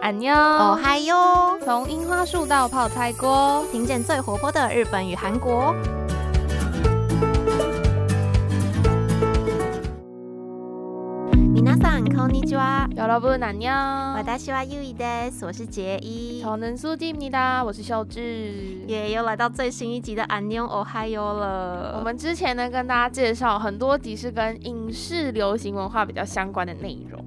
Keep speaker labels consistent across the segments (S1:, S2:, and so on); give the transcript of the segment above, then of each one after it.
S1: 안녕，
S2: 哦嗨哟！
S1: 从樱花树到泡菜锅，
S2: 听见最活泼的日本与韩国。皆さんこんにちは。
S1: 여러분안녕，
S2: 我是哇 U 一的，我是杰一。
S1: 저는수지입니다我是秀智。
S2: 也又来到最新一集的《安妞哦嗨哟》了。
S1: 我们之前呢跟大家介绍很多集是跟影视流行文化比较相关的内 容。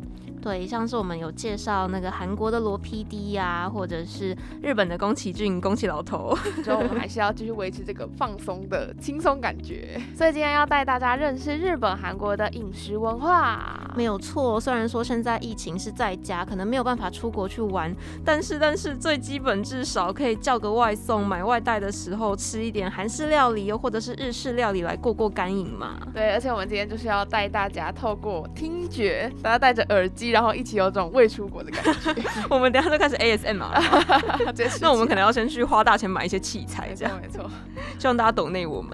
S2: 对，像是我们有介绍那个韩国的罗 PD 呀、或者是日本的宫崎骏、宫崎老头。
S1: 之后我们还是要继续维持这个放松的轻松感觉。所以今天要带大家认识日本、韩国的饮食文化。
S2: 没有错，虽然说现在疫情是在家，可能没有办法出国去玩，但是但是最基本至少可以叫个外送，买外带的时候吃一点韩式料理，又或者是日式料理来过过干瘾嘛。
S1: 对，而且我们今天就是要带大家透过听觉，大家戴着耳机，然后一起有种未出国的感
S2: 我们等一下就开始 ASM 啊，
S1: 觉。这是
S2: 那我们可能要先去花大钱买一些器材，
S1: 没
S2: 这样
S1: 错没错。
S2: 希望大家懂内我们。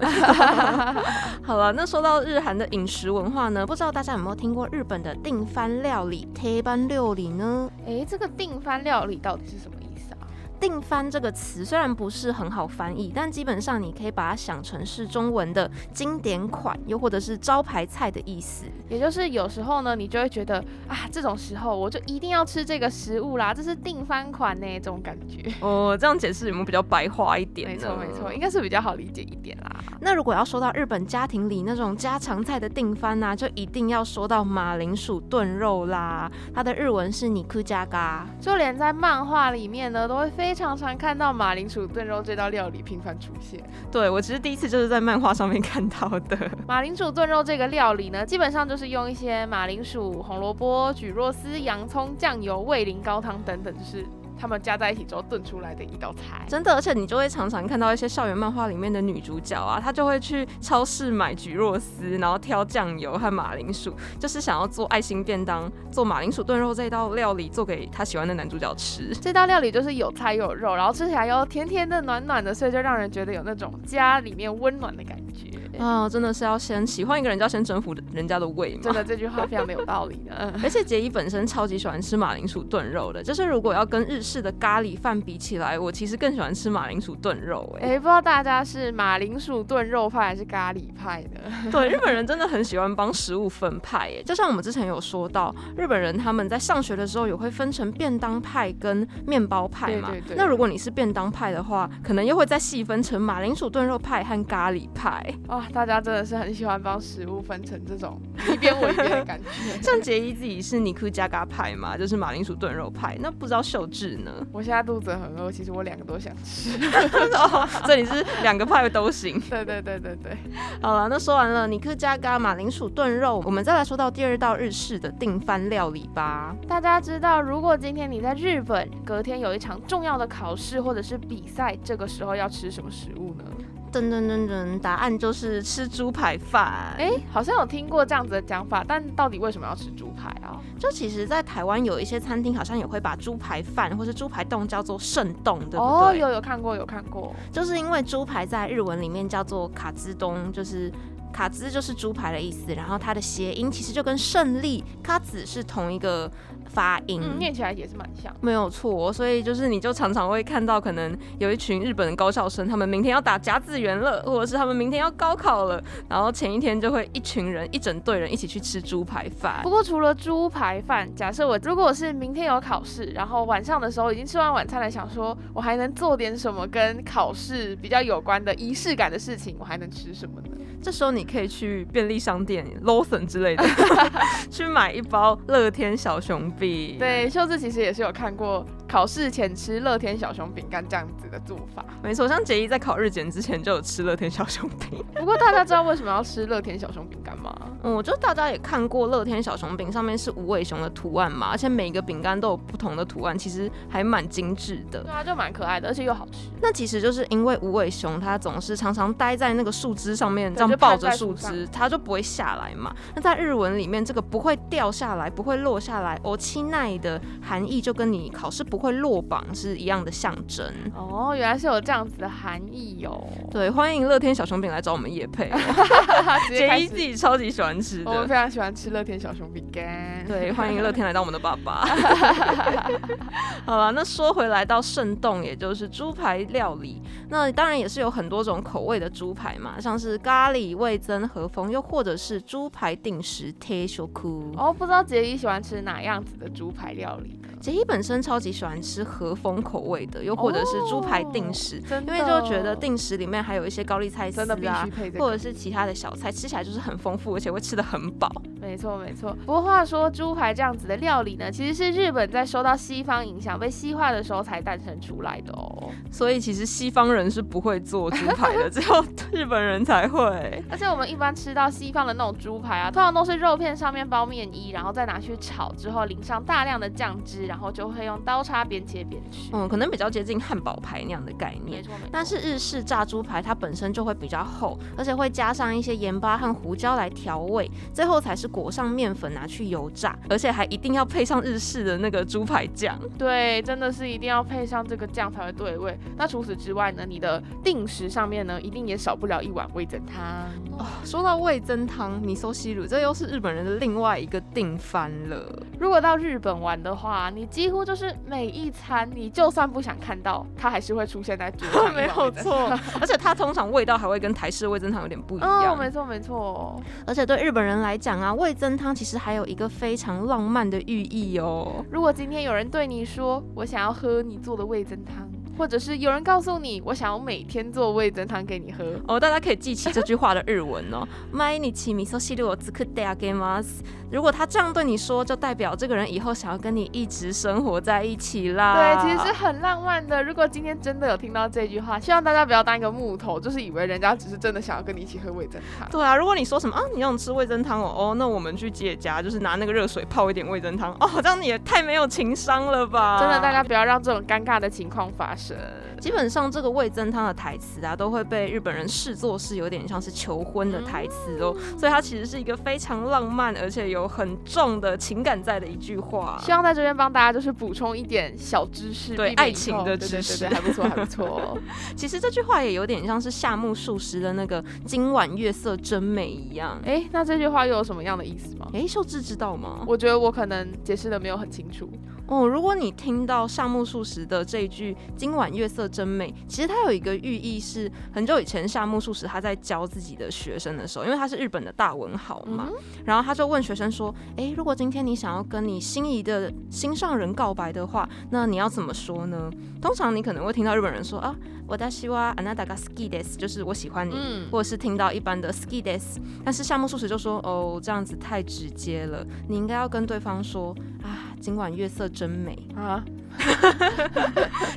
S2: 好了，那说到日韩的饮食文化呢，不知道大家有没有听过日本的定番料理“铁板料理”呢？
S1: 诶，这个定番料理到底是什么意思啊？
S2: 定番这个词虽然不是很好翻译，但基本上你可以把它想成是中文的经典款，又或者是招牌菜的意思。
S1: 也就是有时候呢，你就会觉得啊，这种时候我就一定要吃这个食物啦，这是定番款呢，这种感觉。
S2: 哦，这样解释有没有比较白话一点？
S1: 没错没错，。应该是比较好理解一点啦。
S2: 那如果要说到日本家庭里那种家常菜的定番呢、就一定要说到马铃薯炖肉啦，它的日文是尼库加嘎。
S1: 就连在漫画里面呢，都会非常常看到马铃薯炖肉这道料理频繁出现。
S2: 对我其实第一次就是在漫画上面看到的。
S1: 马铃薯炖肉这个料理呢，基本上就是用一些马铃薯、红萝卜、蒟蒻丝、洋葱、酱油、味淋、高汤等等，就是他们加在一起之后炖出来的一道菜。
S2: 真的，而且你就会常常看到一些校园漫画里面的女主角啊，她就会去超市买菊若丝，然后挑酱油和马铃薯，就是想要做爱心便当，做马铃薯炖肉这一道料理，做给她喜欢的男主角 吃。
S1: 这道料理就是有菜又有肉，然后吃起来又甜甜的、暖暖的，所以就让人觉得有那种家里面温暖的感觉。
S2: 啊、真的是要先喜欢一个人，就要先征服人家的胃嘛
S1: 真。的，这句话非常的嗯有道理 呢。
S2: 而且杰伊本身超级喜欢吃马铃薯炖肉的，就是如果要跟日式的咖喱饭比起来，我其实更喜欢吃马铃薯炖肉、欸。
S1: 哎、不知道大家是马铃薯炖肉派还是咖喱派呢？
S2: 对，日本人真的很喜欢帮食物分派耶，就像我们之前有说到，日本人他们在上学的时候也会分成便当派跟面包派嘛。
S1: 对对对
S2: 那如果你是便当派的话，可能又会再细分成马铃薯炖肉派和咖喱派。
S1: 哇，大家真的是很喜欢帮食物分成这 种你一边我一边的感觉。？
S2: 像杰伊自己是尼库加嘎派嘛，就是马铃薯炖肉派。那不知道秀智呢
S1: 我现在肚子很饿，其实我两个都想吃。
S2: 哦，所以你是两个派都行。
S1: 对对对对对，
S2: 好了，那说完了尼克加嘎马铃薯炖肉，我们再来说到第二道日式的定番料理吧。
S1: 大家知道，如果今天你在日本，隔天有一场重要的考试或者是比赛，这个时候要吃什么食物呢？
S2: 噔噔噔噔，答案就是吃猪排饭。
S1: 哎、好像有听过这样子的讲法，但到底为什么要吃猪排啊？
S2: 就其实，在台湾有一些餐厅好像也会把猪排饭或是猪排冻叫做圣冻，对不对？
S1: 哦，有有看过有看过，
S2: 就是因为猪排在日文里面叫做卡兹东，就是。卡兹就是猪排的意思，然后它的谐音其实就跟胜利、卡子是同一个发音，
S1: 嗯，念起来也是蛮像。
S2: 没有错。所以就是你就常常会看到，可能有一群日本的高校生，他们明天要打甲子园了，或者是他们明天要高考了，然后前一天就会一群人、一整队人一起去吃猪排饭
S1: 不。过除了猪排饭，假设我如果是明天有考试，然后晚上的时候已经吃完晚餐了，想说我还能做点什么跟考试比较有关的仪式感的事情，我还能吃什么呢？
S2: 这时候你可以去便利商店、Lawson 之类的，去买一包乐天小熊饼。，
S1: 对，秀智其实也是有看过考试前吃乐天小熊饼干这样子的做法。
S2: 没错，像杰 E 一在考日检之前就有吃乐天小熊饼。
S1: 不过大家知道为什么要吃乐天小熊饼干吗？
S2: 嗯，我觉得大家也看过乐天小熊饼上面是无尾熊的图案嘛，而且每个饼干都有不同的图案，其实还蛮精致的
S1: 对。啊，就蛮可爱的，而且又好吃。
S2: 那其实就是因为无尾熊它总是常常待在那个树枝上面，
S1: 对
S2: 这样
S1: 就
S2: 抱
S1: 攀
S2: 着
S1: 在
S2: 树
S1: 树上
S2: 枝，它就不会下来嘛。那在日文里面，这个不会掉下来、不会落下来，哦，七奈的含义就跟你考试不会落榜是一样的象征。
S1: 哦，原来是有这样子的含义哦。
S2: 对，欢迎乐天小熊饼来找我们叶配哦，
S1: 直接
S2: 杰
S1: 开
S2: 一自
S1: 始。哦
S2: 己超级喜欢吃
S1: 我们
S2: 的。
S1: 非常喜欢吃乐天小熊饼 干。
S2: 对，欢迎乐天来到我们的爸 爸。好了，那说回来到圣洞，也就是猪排料理，那当然也是有很多种口味的猪排嘛，像是咖喱、味增、和风，又或者是猪排定时贴修库。
S1: 哦，不知道杰一喜欢吃哪样子的猪排料理呢？
S2: 杰一本身超级喜欢吃和风口味的，又或者是猪排定时，
S1: 真
S2: 因
S1: 的，
S2: 为就觉得定时里面还有一些高丽菜
S1: 哦
S2: 丝
S1: 真的必
S2: 啊
S1: 须，配这
S2: 或
S1: 个。
S2: 者是其他的小菜，吃起来就是很丰富，而且会吃的很饱。
S1: 没错没错。不过话说，猪排这样子的料理呢，其实是日本在受到西方影响被西化的时候才诞生出来的哦。
S2: 所以其实西方人是不会做猪排的，只有日本人才会。
S1: 而且我们一般吃到西方的那种猪排啊，通常都是肉片上面包面衣，然后再拿去炒，之后淋上大量的酱汁，然后就会用刀叉边切边吃。
S2: 嗯，可能比较接近汉堡排那样的概
S1: 没
S2: 念。
S1: 错没错。
S2: 但是日式炸猪排它本身就会比较厚，而且会加上一些盐巴和胡椒来调味，最后才是裹上面粉拿去油炸，而且还一定要配上日式的那个猪排酱。
S1: 对，真的是一定要配上这个酱才会对味。那除此之外呢，你的定时上面呢，一定也少不了一碗味增汤。
S2: 哦，说到味增汤、米寿西乳，这又是日本人的另外一 个定番了。
S1: 如果到日本玩的话，你几乎就是每一餐，你就算不想看到，它还是会出现在桌 上。
S2: 没有。错，而且它通常味道还会跟台式味增汤有点不一样。
S1: 嗯，没错没错，
S2: 而且对日本人来讲啊，味增汤其实还有一个非常浪漫的寓意哦。
S1: 如果今天有人对你说“我想要喝你做的味增汤”，或者是有人告诉你“我想要每天做味增汤给你喝
S2: 哦，大家可以记起这句话的日文哦。 毎日味噌汁を作ってあげます。如果他这样对你说，就代表这个人以后想要跟你一直生活在一起”，啦。
S1: 对，其实是很浪漫的。如果今天真的有听到这句话，希望大家不要当一个木头，就是以为人家只是真的想要跟你一起喝味增汤。
S2: 对啊，如果你说什么啊，你想吃味增汤哦，哦，那我们去姐家，就是拿那个热水泡一点味增汤哦，这样你也太没有情商了吧！
S1: 真的，大家不要让这种尴尬的情况发生。
S2: 基本上这个味增汤的台词啊，都会被日本人视作是有点像是求婚的台词哦，
S1: 嗯
S2: 所以它其实是一个非常浪漫而且有很重的情感在的一句话。
S1: 希望在这边帮大家就是补充一点小知识，
S2: 对
S1: 避免
S2: 爱情
S1: 以后
S2: 的
S1: 对
S2: 知
S1: 对对
S2: 识
S1: 对还不错，还哦不 错。
S2: 其实这句话也有点像是夏目漱石的那个“今晚月色真美”一样。
S1: 哎，那这句话又有什么样的意思吗？
S2: 诶，秀智知道吗？
S1: 我觉得我可能解释的没有很清楚。
S2: 哦，如果你听到夏目漱石的这一句“今晚月色真美”，其实它有一个寓意是，很久以前夏目漱石他在教自己的学生的时候，因为他是日本的大文豪
S1: 嗯
S2: 嘛，然后他就问学生说：“诶，如果今天你想要跟你心仪的心上人告白的话，那你要怎么说呢？”通常你可能会听到日本人说：“啊，我大希望あなたが好きです”，就是我喜欢你。
S1: 嗯，
S2: 或者是听到一般的 ski d a y s 但是夏目漱石就说哦，这样子太直接了，你应该要跟对方说啊，今晚月色真美，
S1: 啊，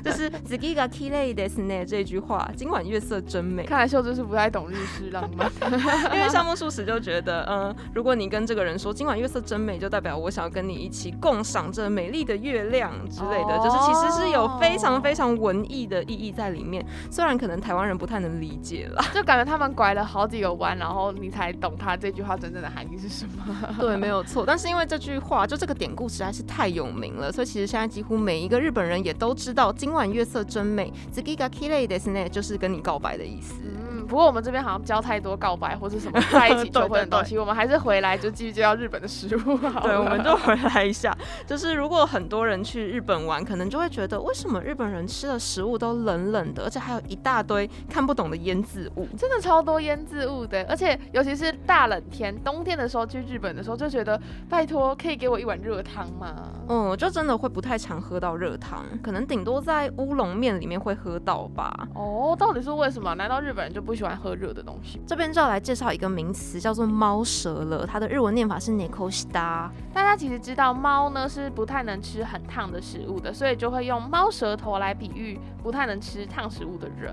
S2: 就是 z i g a k i l e des ne 这一句话，今晚月色真美。
S1: 看来秀芝是不太懂日式浪漫。
S2: 因为夏目漱石就觉得，嗯，如果你跟这个人说今晚月色真美，就代表我想要跟你一起共赏这美丽的月亮之类的，
S1: 哦
S2: 就是其实是有非常非常文艺的意义在里面，虽然可能台湾人不太能理解啦。
S1: 就感觉他们拐了好几个弯，然后你才懂他这句话真正的含义是什么。
S2: 对，没有错。但是因为这句话，就这个典故实在是太有名了，所以其实现在几乎每一个日本人也都知道“今晚月色真美 z i g i g a k i l e des ne” 就是跟你告白的意思。
S1: 嗯，不过我们这边好像教太多告白或是什么在一起
S2: 对
S1: 求婚的
S2: 对
S1: 东西，我们还是回来就继续介绍日本的食物好了。
S2: 对，我们就回来一下，就是如果很多人去日本玩，可能就会觉得为什么日本人吃的食物都冷冷的，而且还有一大堆看不懂的腌制物。
S1: 真的超多腌制物的，而且尤其是大冷天、冬天的时候去日本的时候，就觉得拜托，可以给我一碗热汤吗？
S2: 嗯，就真的会不太常喝到热汤，可能顶多在乌龙面里面会喝到吧。
S1: 哦，到底是为什么？难道日本人就不喜欢喝热的东西？
S2: 这边就要来介绍一个名词，叫做猫舌了，它的日文念法是 nekoshita。
S1: 大家哦其实知道，猫呢是不太能吃很烫的食物的，所以就会用猫舌头来比喻不太能吃烫食物的人。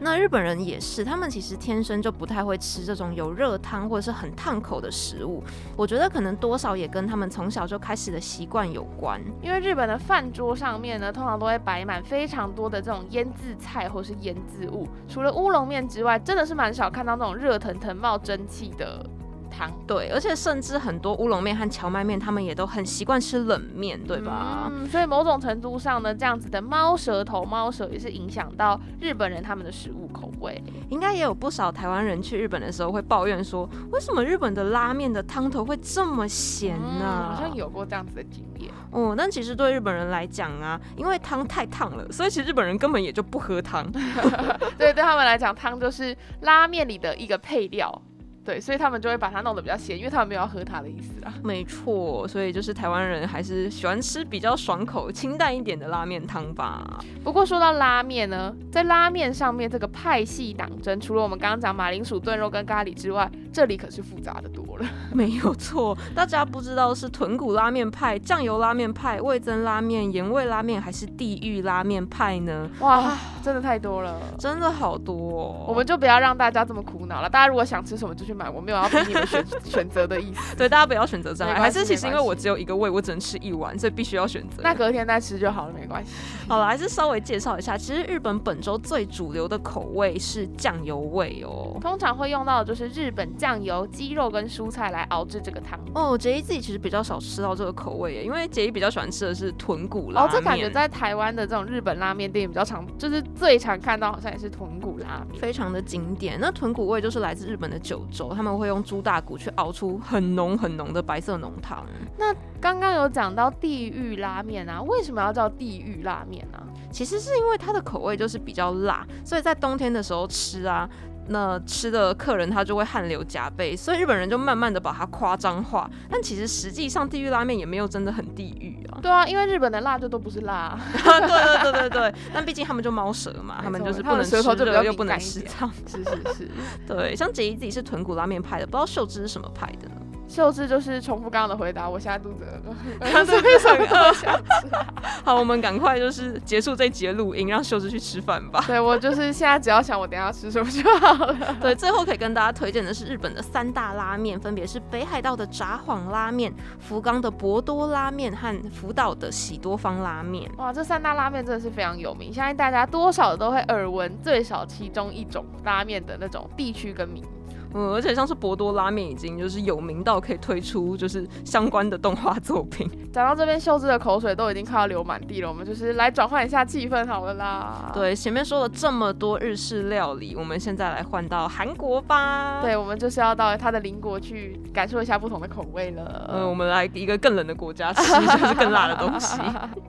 S2: 那日本人也是，他们其实天生就不太会吃这种有热汤或者是很烫口的食物。我觉得可能多少也跟他们从小就开始的习惯有关。
S1: 因为日本的饭桌上面呢，通常都会摆满非常多的这种腌制菜或是腌制物，除了乌龙面之外，真的是蛮少看到那种热腾腾冒蒸汽的。汤，
S2: 对，而且甚至很多乌龙面和荞麦面，他们也都很习惯吃冷面，对吧？
S1: 嗯，所以某种程度上呢，这样子的猫舌头、猫舌也是影响到日本人他们的食物口味。
S2: 应该也有不少台湾人去日本的时候会抱怨说，为什么日本的拉面的汤头会这么咸呢、
S1: 嗯好像有过这样子的经验。
S2: 哦，但其实对日本人来讲啊，因为汤太烫了，所以其实日本人根本也就不喝汤。
S1: 对，对他们来讲，汤就是拉面里的一个配料。对，所以他们就会把它弄得比较咸，因为他们没有要喝它的意思啊。
S2: 没错，所以就是台湾人还是喜欢吃比较爽口、清淡一点的拉面汤吧。
S1: 不过说到拉面呢，在拉面上面这个派系党争，除了我们刚刚讲马铃薯炖肉跟咖喱之外，这里可是复杂的多了。
S2: 没有错，大家不知道是豚骨拉面派、酱油拉面派、味增拉面、盐味拉面，还是地狱拉面派呢？
S1: 哇， 真的太多了。
S2: 真的好多、哦，
S1: 我们就不要让大家这么苦恼了。大家如果想吃什么就去买，我没有要逼你们选选择的意 思。
S2: 对大家不要选择障碍，
S1: 没关
S2: 还
S1: 系
S2: 是其实因为
S1: 没关系
S2: 我只有一个胃，我只能吃一碗，所以必须要选择。
S1: 那隔天再吃就好了，没关系。
S2: 好了，还是稍微介绍一下，其实日本本州最主流的口味是酱油味哦。
S1: 通常会用到的就是日本酱油、鸡肉跟蔬菜来熬制这个汤。
S2: 哦，杰一自己其实比较少吃到这个口味耶，因为杰一比较喜欢吃的是豚骨拉
S1: 哦
S2: 面。，
S1: 这感觉在台湾的这种日本拉面店比较常，就是最常看到，好像也是豚骨拉面。
S2: 非常的经典。那豚骨味就是来自日本的九州，他们会用猪大骨去熬出很浓很浓的白色浓汤。
S1: 刚刚有讲到地狱拉面啊，为什么要叫地狱拉面啊？
S2: 其实是因为它的口味就是比较辣，所以在冬天的时候吃啊。那吃的客人他就会汗流浃背，所以日本人就慢慢的把它夸张化。但其实实际上地狱拉面也没有真的很地狱啊。
S1: 对啊，因为日本的辣就都不是辣啊、
S2: 对对对对对，但毕竟他们就猫舌嘛，
S1: 没错
S2: 他们就是
S1: 他们
S2: 不能
S1: 舌
S2: 吃
S1: 头就比较
S2: 热又不
S1: 敏
S2: 能
S1: 感一
S2: 吃
S1: 点
S2: 烫。
S1: 是是是，
S2: 对，像杰伊自己是豚骨拉面派的，不知道秀芝是什么派的呢？
S1: 秀智就是重复刚刚的回答，我现在肚子饿了，
S2: 刚
S1: 所
S2: 肚
S1: 以什
S2: 子
S1: 么
S2: 饿
S1: 都想吃。
S2: 好，我们赶快就是结束这一集的录音，让秀芝去吃饭吧。
S1: 对我就是现在只要想我等一下要吃什么就好了。
S2: 对，最后可以跟大家推荐的是日本的三大拉面，分别是北海道的札幌拉面、福冈的博多拉面和福岛的喜多方拉面。
S1: 哇，这三大拉面真的是非常有名，相信大家多少都会耳闻最少其中一种拉面的那种地区跟名。
S2: 嗯，而且像是博多拉面已经就是有名到可以推出就是相关的动画作品。
S1: 讲到这边，秀智的口水都已经快要流满地了，我们就是来转换一下气氛好了啦。。
S2: 对，前面说了这么多日式料理，我们现在来换到韩国吧。。
S1: 对，我们就是要到他的邻国去感受一下不同的口味了。
S2: 呃，我们来一个更冷的国 家吃，就是更辣的东西。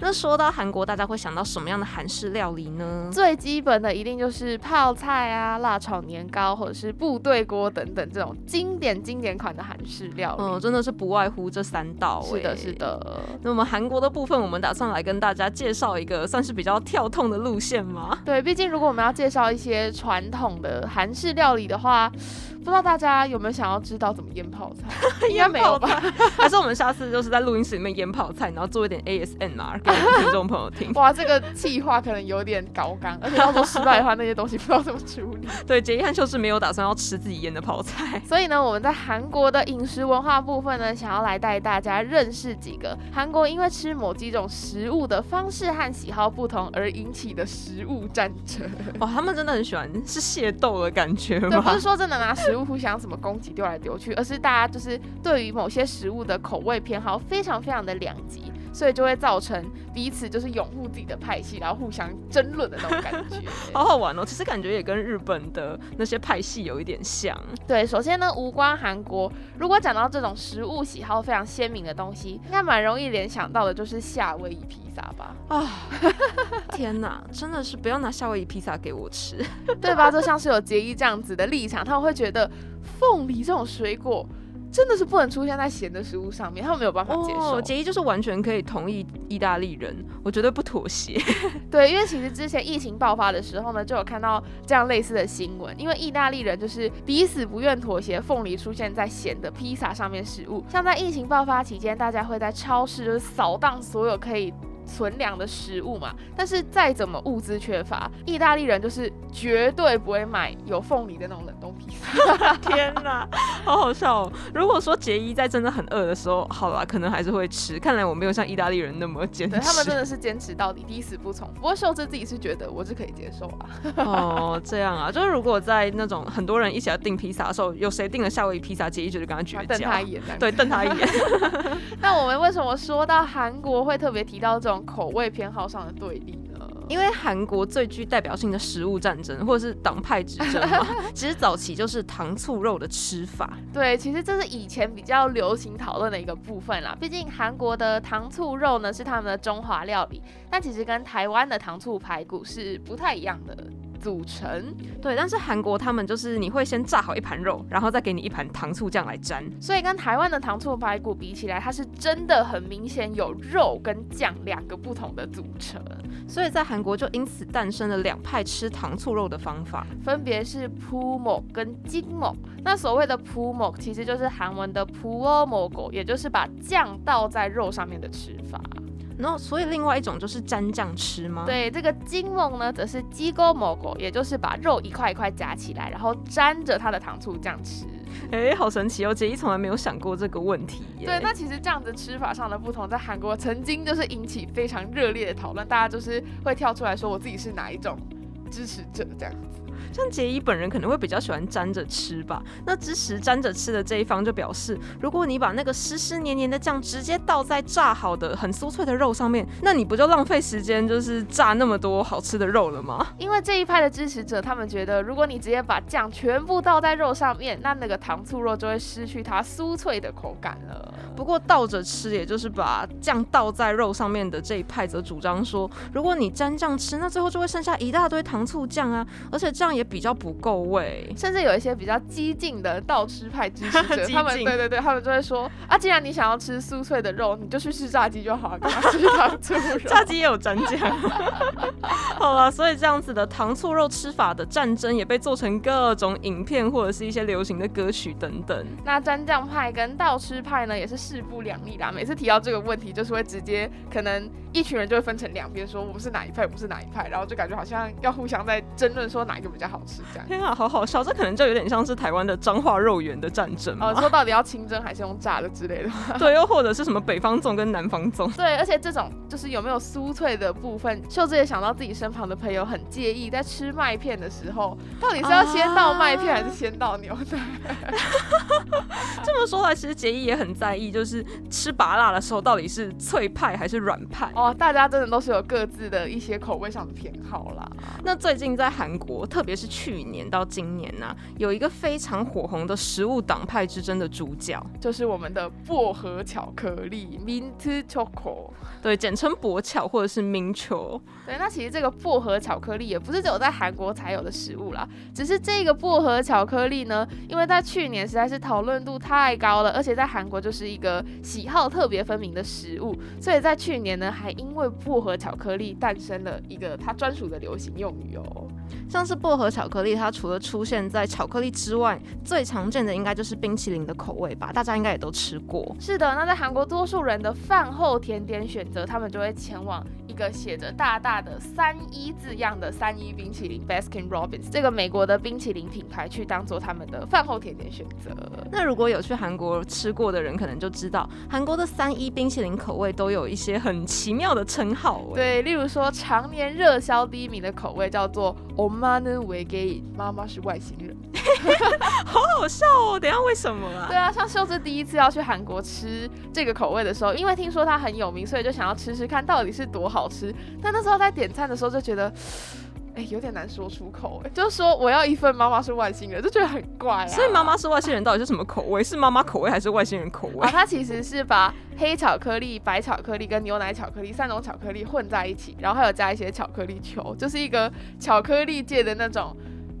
S2: 那说到韩国，大家会想到什么样的韩式料理呢？
S1: 最基本的一定就是泡菜啊、辣炒年糕或者是部队锅等等这种经典经典款的韩式料理。哦
S2: 嗯、真的是不外乎这三道、
S1: 是的，
S2: 欸
S1: 是。的。
S2: 那么韩国的部分，我们打算来跟大家介绍一个算是比较跳痛的路线 吗？
S1: 对，毕竟如果我们要介绍一些传统的韩式料理的话，不知道大家有没有想要知道怎么腌泡菜？应该没有吧？？
S2: 还是我们下次就是在录音室里面腌泡菜，然后做一点 ASMR 给我们听众朋友听
S1: 哇，这个计划可能有点高纲，而且到时候失败的话，那些东西不知道怎么处理。
S2: 对，杰一和秀是没有打算要吃自己腌的泡 菜。
S1: 所以呢，我们在韩国的饮食文化部分呢，想要来带大家认识几个韩国因为吃某几种食物的方式和喜好不同而引起的食物战争。
S2: 哇，他们真的很喜欢是械斗的感觉
S1: 对，不
S2: 吗
S1: 是？说真的拿食物互相什么攻击丢来丢去，而是大家就是对于某些食物的口味偏好非常非常的两极。所以就会造成彼此就是拥护自己的派系，然后互相争论的那种感觉。
S2: 好好玩哦，其实感觉也跟日本的那些派系有一点像。
S1: 对，首先呢，无关韩国。如果讲到这种食物喜好非常鲜明的东西，应该蛮容易联想到的就是夏威夷披萨吧，
S2: 天哪，真的是不要拿夏威夷披萨给我 吃。
S1: 对吧？就像是有杰伊这样子的立场，他们会觉得凤梨这种水果真的是不能出现在咸的食物上面，他们没有办法接受。
S2: 哦，杰一就是完全可以同意意大利人，我绝对不 妥协。
S1: 对，因为其实之前疫情爆发的时候呢，就有看到这样类似的新闻，因为意大利人就是彼此不愿妥协，凤梨出现在咸的披萨上面食物。像在疫情爆发期间，大家会在超市就是扫荡所有可以。存粮的食物嘛，但是再怎么物资缺乏，意大利人就是绝对不会买有凤梨的那种冷冻披
S2: 天哪， 好好笑哦！如果说杰伊在真的很饿的时候，好啦，可能还是会吃。看来我没有像意大利人那么坚持。
S1: 对他 们真的是坚持到底，抵死不从。不过秀智自己是觉得我是可以接受啊，
S2: 哦，这样啊，就是如果在那种很多人一起来订披萨的时候，有谁订了夏威夷披萨，杰伊就跟他绝
S1: 他
S2: 交
S1: 瞪，他一眼这样子。
S2: 对，瞪他一眼。
S1: 那我们为什么说到韩国会特别提到这种口味偏好上的对立呢？
S2: 因为韩国最具代表性的食物战争，或者是党派之争嘛， 其实早期就是糖醋肉的吃法。
S1: 对，其实这是以前比较流行讨论的一个部分啦。毕竟韩国的糖醋肉呢是他们的中华料理，但其实跟台湾的糖醋排骨是不太一样的组成。
S2: 对，但是韩国他们就是你会先炸好一盘肉，然后再给你一盘糖醋酱来沾。
S1: 所以跟台湾的糖醋排骨比起来，它是真的很明显有肉跟酱两个不同的组成，
S2: 所以在韩国就因此诞生了两派吃糖醋肉的方法。
S1: 分别是 pumo 跟 jingmo。那所谓的 pumo 其实就是韩文的 puo m o g o 也就是把酱倒在肉上面的吃法。
S2: 然后，所以另外一种就是蘸酱吃吗？，
S1: 对，这个金梦呢，则是鸡勾蘑菇，也就是把肉一块一块夹起来，然后沾着它的糖醋酱吃。
S2: 哎，好神奇哦！杰一从来没有想过这个问题耶。
S1: 对，那其实这样子吃法上的不同，在韩国曾经就是引起非常热烈的讨论，大家就是会跳出来说我自己是哪一种支持者这样。
S2: 像杰伊本人可能会比较喜欢沾着吃吧。那支持沾着吃的这一方就表示，如果你把那个湿湿黏黏的酱直接倒在炸好的很酥脆的肉上面，那你不就浪费时间，就是炸那么多好吃的肉了吗？
S1: 因为这一派的支持者，他们觉得如果你直接把酱全部倒在肉上面，那那个糖醋肉就会失去它酥脆的口感了。
S2: 不过倒着吃，也就是把酱倒在肉上面的这一派，则主张说，如果你沾酱吃，那最后就会剩下一大堆糖醋酱啊，而且这样也比较不够 味。
S1: 甚至有一些比较激进的倒吃派支 持者，
S2: 激
S1: 他们
S2: 进
S1: 对对对，他们就会说啊，既然你想要吃酥脆的肉，你就去吃炸鸡就好了，干嘛吃糖醋 肉？
S2: 炸鸡也有蘸酱。 好了，所以这样子的糖醋肉吃法的战争也被做成各种影片或者是一些流行的歌曲等等。
S1: 那蘸酱派跟倒吃派呢，也是势不两立啦。每次提到这个问题，就是会直接可能一群人就会分成两边，说我们是哪一派，我们是哪一派，然后就感觉好像要互相在争论说哪一个比较好吃这样。
S2: 天啊，好好笑！这可能就有点像是台湾的彰化肉圆的战争嘛
S1: 哦，说到底要清蒸还是用炸的之类的。
S2: 对，又或者是什么北方粽跟南方粽。
S1: 对，而且这种就是有没有酥脆的部分，秀智也想到自己身旁的朋友很介意，在吃麦片的时候，到底是要先倒麦片还是先倒牛奶？
S2: 这么说来，其实杰伊也很在意，就是吃拔辣的时候到底是脆派还是软派。
S1: 哦，大家真的都是有各自的一些口味上的偏好啦。
S2: 那最近在韩国，特别是去年到今年呐、有一个非常火红的食物党派之争的主角，
S1: 就是我们的薄荷巧克力 （Mint Choco）。
S2: 对，简称薄巧或者是明球。
S1: 对，那其实这个薄荷巧克力也不是只有在韩国才有的食物啦，只是这个薄荷巧克力呢，因为在去年实在是讨论度太高了，而且在韩国就是一个喜好特别分明的食物，所以在去年呢，还因为薄荷巧克力诞生了一个它专属的流行用语哦。
S2: 像是薄荷巧克力，它除了出现在巧克力之外，最常见的应该就是冰淇淋的口味吧，大家应该也都吃过。
S1: 是的，那在韩国，多数人的饭后甜点选择，他们就会前往一个写着大大的“三一”字样的三一冰淇淋 （Baskin Robbins） 这个美国的冰淇淋品牌去当做他们的饭后甜点选择。
S2: 那如果有去韩国吃过的人，可能就知道韩国的三一冰淇淋口味都有一些很奇妙的称号、欸。
S1: 对，例如说，常年热销第一名的口味叫做 “Omanen w e g a 妈妈是外星人。
S2: 好笑哦！等一下为什么啊？
S1: 对啊，像秀智第一次要去韩国吃这个口味的时候，因为听说它很有名，所以就想要吃吃看到底是多好吃。但那时候在点餐的时候就觉得，哎、有点难说出口、哎，就是说我要一份妈妈是外星人，就觉得很怪啊。
S2: 所以妈妈是外星人到底是什么口味？是妈妈口味还是外星人口味
S1: 啊，？它其实是把黑巧克力、白巧克力跟牛奶巧克力三种巧克力混在一起，然后还有加一些巧克力球，就是一个巧克力界的那种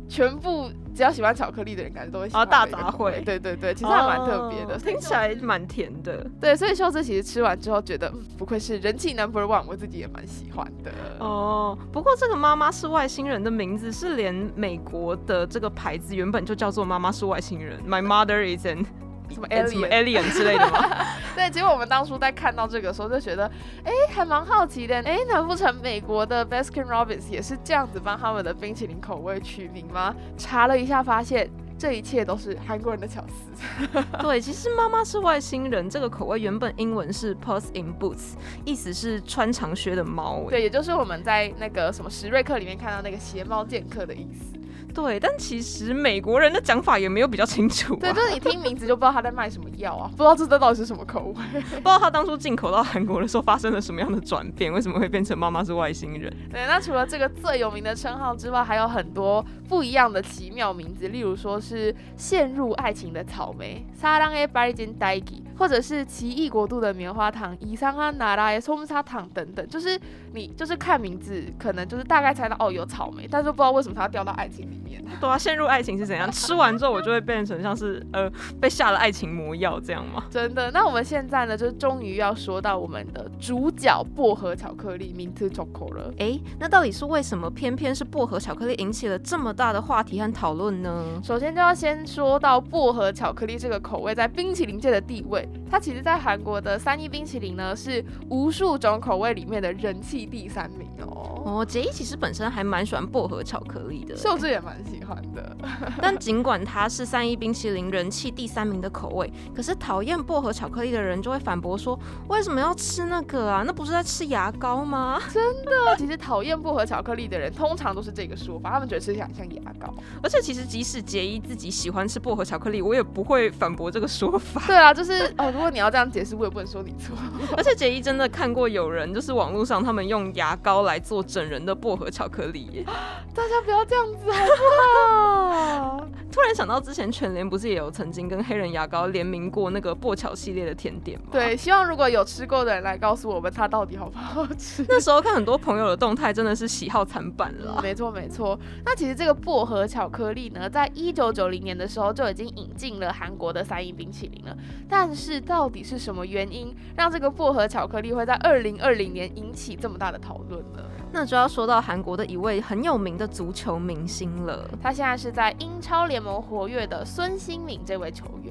S1: 全部。只要喜欢巧克力的人，感觉都会喜欢
S2: 啊大
S1: 的一个
S2: 杂
S1: 口味
S2: 烩
S1: 对对对，其实还蛮特别的，
S2: 哦听起来蛮甜的。
S1: 对，所以秀智其实吃完之后觉得，嗯，不愧是人气 number one，我自己也蛮喜欢的。
S2: 哦，不过这个“妈妈是外星人”的名字是连美国的这个牌子原本就叫做“妈妈是外星人 ”，My mother is an
S1: 什么
S2: and 什么
S1: alien
S2: alien 之类的吗？
S1: 对，结果我们当初在看到这个时候就觉得，哎，还蛮好奇的，哎，难不成美国的 Baskin Robbins 也是这样子帮他们的冰淇淋口味取名吗？查了一下发现。这一切都是韩国人的巧思。
S2: 对，其实妈妈是外星人这个口味原本英文是 Puss in Boots，意思是穿长靴的猫。哎
S1: 对，也就是我们在那个什么史瑞克里面看到那个邪猫剑客的意思。
S2: 对，但其实美国人的讲法也没有比较清楚、啊。
S1: 对，就是你听名字就不知道他在卖什么药啊，不知道这到底是什么口味。
S2: 不知道他当初进口到韩国的时候发生了什么样的转变，为什么会变成妈妈是外星人？
S1: 对，那除了这个最有名的称号之外，还有很多不一样的奇妙名字，例如说是陷入爱情的草莓사랑의빨간딸기，或者是奇异国度的棉花糖이상한나라의솜사탕等等。就是你就是看名字，可能就是大概猜到哦有草莓，但是不知道为什么它要掉到爱情里面。
S2: 对啊，陷入爱情是怎样？吃完之后我就会变成像是呃被下了爱情魔药这样吗？
S1: 真的，那我们现在呢，就是终于要说到我们的主角薄荷巧克力名字 Choco 了。
S2: 诶，那到底是为什么偏偏是薄荷巧克力引起了这么大的话题和讨论呢？
S1: 首先就要先说到薄荷巧克力这个口味在冰淇淋界的地位，它其实在韩国的三一冰淇淋呢是无数种口味里面的人气第三名哦，
S2: 哦，杰伊其实本身还蛮喜欢薄荷巧克力的，
S1: 秀智也蛮喜欢 的。
S2: 但尽管它是三一冰淇淋人气第三名的口味，可是讨厌薄荷巧克力的人就会反驳说，为什么要吃那个啊？那不是在吃牙膏吗？
S1: 那其实讨厌薄荷巧克力的人通常都是这个说法，他们觉得吃起来很像牙膏。
S2: 而且其实即使杰伊自己喜欢吃薄荷巧克力，我也不会反驳这个说法。
S1: 对啊，就是哦，如果你要这样解释，我也不能说你错。
S2: 而且杰伊真的看过有人就是网络上他们用牙膏来做整人的薄荷巧克力耶。
S1: 大家不要这样子好不 好？
S2: 突然想到之前全联不是也有曾经跟黑人牙膏联名过那个薄巧系列的甜点吗？
S1: 对，希望如果有吃过的人来告诉我们它到底好不好吃。
S2: 那时候看很多朋友的动态，真的是喜好惨版了啊。
S1: 没错没错。那其实这个薄荷巧克力呢，在一九九零年的时候就已经引进了韩国的三一冰淇淋了。但是到底是什么原因让这个薄荷巧克力会在二零二零年引起这么大的讨论呢？
S2: 那就要说到韩国的一位很有名的足球明星了，
S1: 他现在是在英超联盟活跃的孙兴敏这位球员。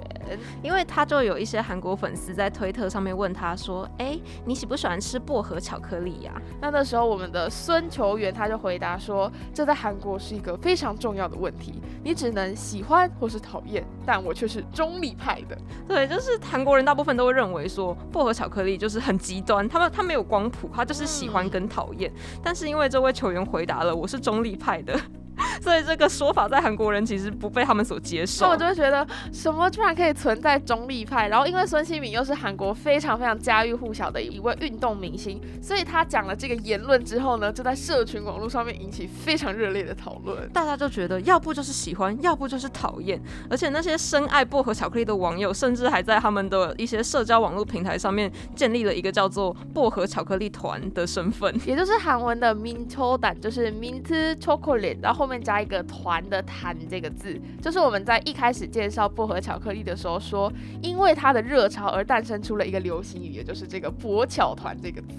S2: 因为他就有一些韩国粉丝在推特上面问他说：“哎、你喜不喜欢吃薄荷巧克力呀、
S1: 那那时候我们的孙球员他就回答说，这在韩国是一个非常重要的问题，你只能喜欢或是讨厌，但我却是中立派的。
S2: 对，就是韩国人大部分都会认为说薄荷巧克力就是很极端，他们他没有光谱，他就是喜欢跟讨厌。但是因为这位球员回答了我是中立派的， 所以这个说法在韩国人其实不被他们所接受
S1: 那。我就会觉得什么居然可以存在中立派，然后因为孙兴敏又是韩国非常非常家喻户晓的一位运动明星，所以他讲了这个言论之后呢，就在社群网络上面引起非常热烈的讨论。
S2: 大家就觉得，要不就是喜欢，要不就是讨厌。而且那些深爱薄荷巧克力的网友，甚至还在他们的一些社交网络平台上面建立了一个叫做“薄荷巧克力团”的身份。
S1: 也就是韩文的 mint o d a 就是 mint chocolate，然后后面加一个“团”的“团”这个字，就是我们在一开始介绍薄荷巧克力的时候说，因为它的热潮而诞生出了一个流行语，也就是这个“薄巧团”这个字。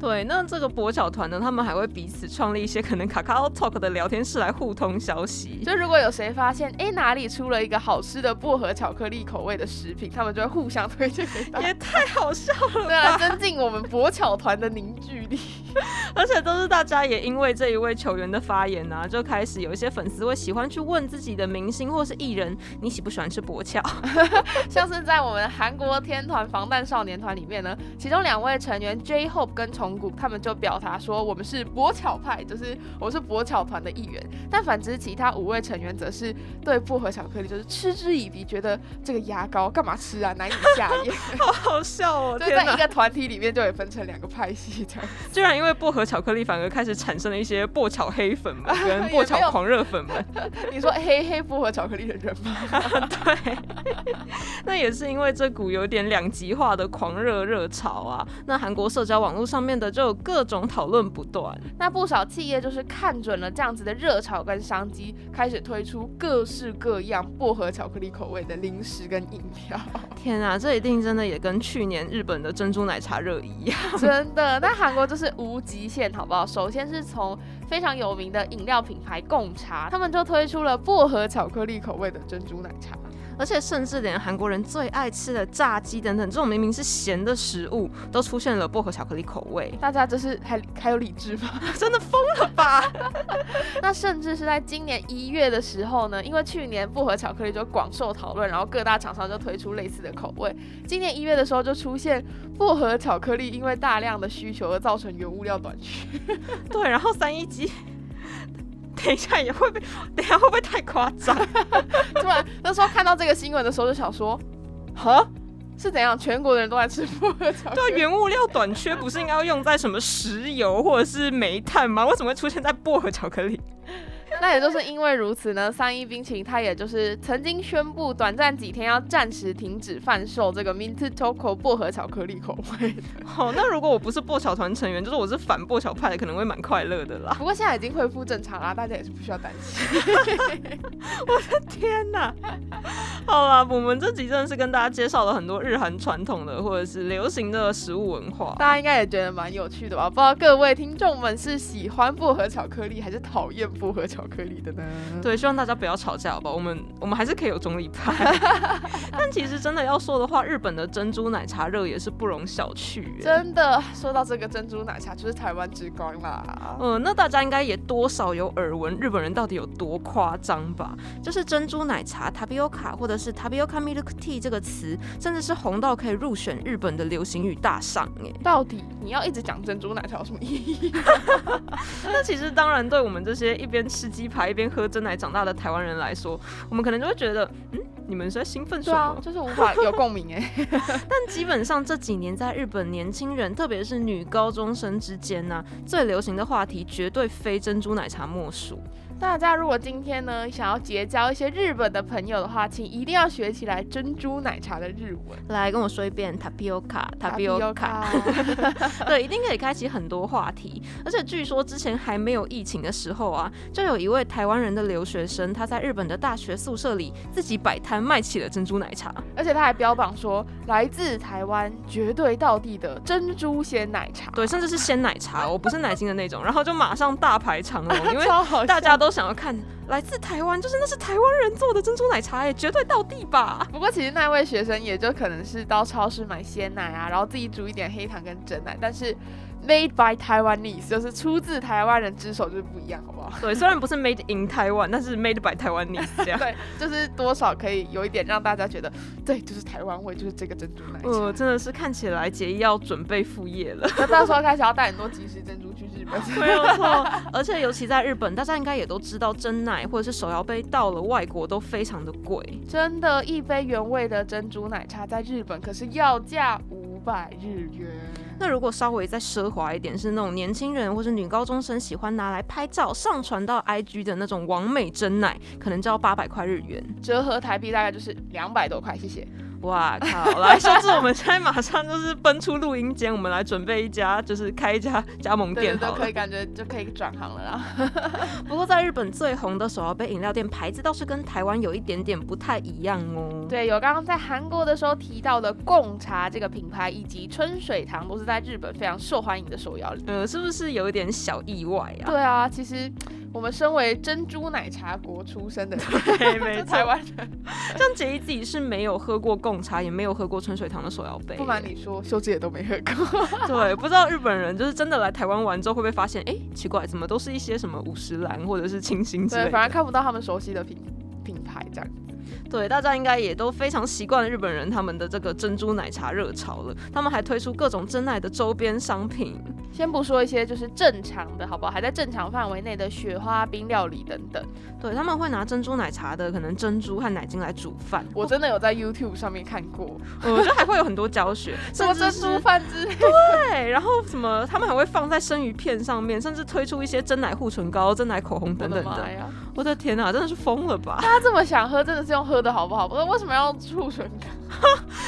S2: 对，那这个薄巧团呢，他们还会彼此创立一些可能 Kakao Talk 的聊天室来互通消息。
S1: 就如果有谁发现，哎，哪里出了一个好吃的薄荷巧克力口味的食品，他们就会互相推荐给大家，
S2: 也太好笑 了
S1: 对
S2: 吧！
S1: 啊，增进我们薄巧团的凝聚力。
S2: 而且都是大家也因为这一位球员的发言啊，就开始有一些粉丝会喜欢去问自己的明星或是艺人，你喜不喜欢吃薄巧？
S1: 像是在我们韩国天团防弹少年团里面呢，其中两位成员 J Hope 跟重谷，他们就表达说我们是博巧派，就是我们是博巧团的一员。但反之，其他五位成员则是对薄荷巧克力就是嗤之以鼻，觉得这个牙膏干嘛吃啊，难以下 咽。
S2: 好 好笑哦！
S1: 就在一！个团体里面就也分成两个派系这样。
S2: 居然因为薄荷巧克力反而开始产生了一些薄巧黑 粉们跟薄
S1: 也没有
S2: 巧狂热粉们。
S1: 你说黑黑薄荷巧克力的人吗？
S2: 对，那也是因为这股有点两极化的狂热热潮啊，那韩国社交网络上面的就有各种讨论不断。
S1: 那不少企业就是看准了这样子的热潮跟商机，开始推出各式各样薄荷巧克力口味的零食跟饮料。
S2: 天啊，这一定真的也跟去年日本的珍珠奶茶热一样。
S1: 真的，那韩国就是无极限，好不好？首先是从非常有名的饮料品牌贡茶，他们就推出了薄荷巧克力口味的珍珠奶茶。
S2: 而且甚至连韩国人最爱吃的炸鸡等等这种明明是咸的食物，都出现了薄荷巧克力口味，
S1: 大家就是还还有理智吗？
S2: 真的疯了吧？
S1: 那甚至是在今年一月的时候呢，因为去年薄荷巧克力就广受讨论，然后各大厂商就推出类似的口味。今年一月的时候就出现薄荷巧克力因为大量的需求而造成原物料短缺。
S2: 对，然后三一鸡。 等一下也会被，等一下会不会太夸张？
S1: 突然啊那时候看到这个新闻的时候就想说，哈，是怎样？全国的人都在吃薄荷巧克
S2: 对啊，
S1: 力？
S2: 原物料短缺不是应该要用在什么石油或者是煤炭吗？为什么会出现在薄荷巧克力？
S1: 那也就是因为如此呢，三一冰淇淋它也就是曾经宣布短暂几天要暂时停止贩售这个 Mint Choco 薄荷巧克力口味。
S2: 好，哦那如果我不是薄巧团成员，就是我是反薄巧派的，可能会蛮快乐的啦。
S1: 不过现在已经恢复正常啦，大家也是不需要担心。
S2: 天哪！ 好啦，我们这集真的是跟大家介绍了很多日韩传统的或者是流行的食物文化。
S1: 大家应该也觉得蛮有趣的吧？不知道各位听众们是喜欢薄荷巧克力还是讨厌薄荷巧克力的呢？
S2: 对，希望大家不要吵架，好吧？我们我们还是可以有中立派。 但其实真的要说的话，日本的珍珠奶茶热也是不容小觑、欸。
S1: 真的，说到这个珍珠奶茶，就是台湾之光啦。
S2: 嗯，那大家应该也多少有耳闻日本人到底有多夸张吧？就是珍珠奶茶 tapioca 或者是 tapioca milk tea 这个词，甚至是红到可以入选日本的流行语大赏哎。
S1: 到底你要一直讲珍珠奶茶有什么意义？
S2: 那其实当然对我们这些一边吃鸡排一边喝真奶长大的台湾人来说，我们可能就会觉得，嗯，你们是在兴奋什
S1: 对
S2: 么？
S1: 啊，就是无法有共鸣哎、
S2: 但基本上这几年在日本年轻人，特别是女高中生之间呢、最流行的话题绝对非珍珠奶茶莫属。
S1: 大家如果今天呢想要结交一些日本的朋友的话，请一定要学起来珍珠奶茶的日文。
S2: 来跟我说一遍 tapioca，tapioca。对，一定可以开启很多话题。而且据说之前还没有疫情的时候啊，就有一位台湾人的留学生，他在日本的大学宿舍里自己摆摊卖起了珍珠奶茶。
S1: 而且他还标榜说来自台湾绝对道地的珍珠鲜奶茶，
S2: 对，甚至是鲜奶 茶哦，不是奶精的那种。然后就马上大排长 龙，因为
S1: 超好笑
S2: 大家都想要看来自台湾，就是那是台湾人做的珍珠奶茶，也绝对到地吧。
S1: 不过其实那位学生也就可能是到超市买鲜奶啊，然后自己煮一点黑糖跟真奶，但是 made by Taiwanese 就是出自台湾人之手，就是不一样，好不 好？
S2: 对，虽然不是 made in 台湾，但是 made by 台湾你这样。
S1: 对，就是多少可以有一点让大家觉得，对，就是台湾味，就是这个珍珠奶茶。
S2: 呃，真的是看起来杰一要准备副业了。
S1: 那到时候开始要带很多即食珍珠去日本。
S2: 没有错，而且尤其在日本，大家应该也都知道，真奶或者是手摇杯到了外国都非常的贵。
S1: 真的，一杯原味的珍珠奶茶在日本可是要价五百日元。
S2: 那如果稍微再奢华一点，是那种年轻人或是女高中生喜欢拿来拍照、上传到 IG 的那种完美真奶，可能就要八百块日元。
S1: 折合台币大概就是两百多块，谢谢。
S2: 哇靠！来，甚至我们现在马上就是奔出录音间，我们来准备一家，就是开一家加盟
S1: 对对
S2: 店
S1: 对，
S2: 好
S1: 可
S2: 了
S1: 以。感觉就可以转行了啦。
S2: 不过在日本最红的手摇杯饮料店牌子倒是跟台湾有一点点不太一样哦。
S1: 对，有刚刚在韩国的时候提到的贡茶这个品牌，以及春水堂都是在日本非常受欢迎的手摇饮。
S2: 呃，是不是有一点小意外啊？
S1: 对啊，其实我们身为珍珠奶茶国出身的人，
S2: 对，
S1: 就
S2: 没
S1: 台
S2: 错。
S1: 湾人，
S2: 像杰一自己是没有喝过贡茶，也没有喝过春水堂的手摇杯。
S1: 不瞒你说，秀智也都没喝过。
S2: 对，不知道日本人就是真的来台湾玩之后，会不会发现，哎、奇怪，怎么都是一些什么五十岚或者是清新 之类
S1: 对，
S2: 的？
S1: 反而看不到他们熟悉的品品牌这样。
S2: 对，大家应该也都非常习惯日本人他们的这个珍珠奶茶热潮了。他们还推出各种真爱的周边商品。
S1: 先不说一些就是正常的，好不好？还在正常范围内的雪花冰料理等等，
S2: 对，他们会拿珍珠奶茶的可能珍珠和奶精来煮饭，
S1: 我真的有在 YouTube 上面看过，
S2: 我觉得还会有很多教 学，
S1: 什
S2: 甚
S1: 么
S2: 至
S1: 珍
S2: 是
S1: 珠饭之类的
S2: 对，然后什么他们还会放在生鱼片上面，甚至推出一些真奶护唇膏、真奶口红等等
S1: 我的
S2: 的
S1: 妈。呀！
S2: 我的天啊，真的是疯了吧！
S1: 他这么想喝，真的是用喝的好不好？不是为什么要醋唇膏？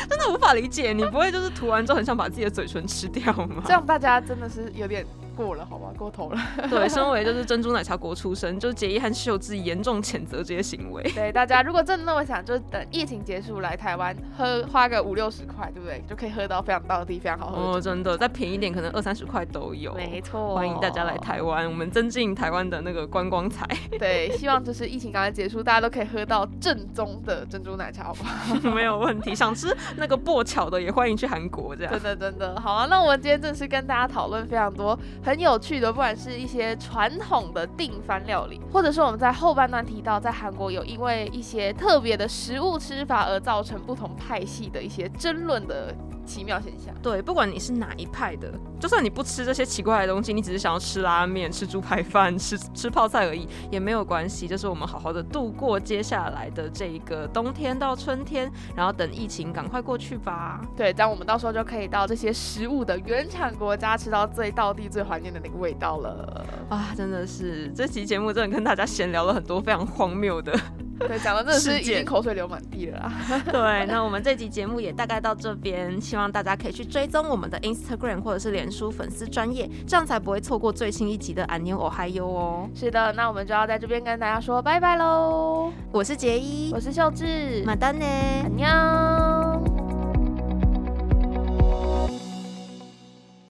S2: 真 的无法理解，你不会就是涂完之后很想把自己的嘴唇吃掉吗
S1: 这？样大家真的是有点过了，好吧，过 头了。
S2: 对，身为就是珍珠奶茶国出身，就是杰伊和秀智严重谴责这些行为。
S1: 对大家，如果真的那么想，就等疫情结束来台湾喝，花个五六十块，对不对？就可以喝到非常到地，非常好喝。
S2: 哦，真的，再便宜一点，可能二三十块都有。
S1: 没错，
S2: 哦欢迎大家来。台湾，我们增进台湾的那个观光财。
S1: 对，希望就是疫情赶快结束，大家都可以喝到正宗的珍珠奶茶，好不好？
S2: 没有问题。想吃那个薄巧的，也欢迎去韩 国这样。
S1: 真的真的好啊！那我们今天正式跟大家讨论非常多很有趣的，不管是一些传统的定番料理，或者是我们在后半段提到，在韩国有因为一些特别的食物吃法而造成不同派系的一些争论的奇妙现象。
S2: 对，不管你是哪一派的，就算你不吃这些奇怪的东西，你只是想要吃拉面、吃猪排饭、吃 吃泡菜而已，也没有关系。就是我们好好的度过接下来的这一个冬天到春天，然后等疫情赶快过去吧。
S1: 对，这样我们到时候就可以到这些食物的原产国家吃到最道地、最怀念的那个味道了。
S2: 啊，真的是这期节目真的跟大家闲聊了很多非常荒谬的。
S1: 对，讲到真的是已
S2: 世界
S1: 经口水流满地了啦。
S2: 对，那我们这集节目也大概到这边，希望大家可以去追踪我们的 Instagram 或者是脸书粉丝专业，这样才不会错过最新一集的《安妞哦嗨哟》哦。
S1: 是的，那我们就要在这边跟大家说拜拜喽。
S2: 我是杰一
S1: 我，是秀智，
S2: 马丹呢。
S1: 안녕。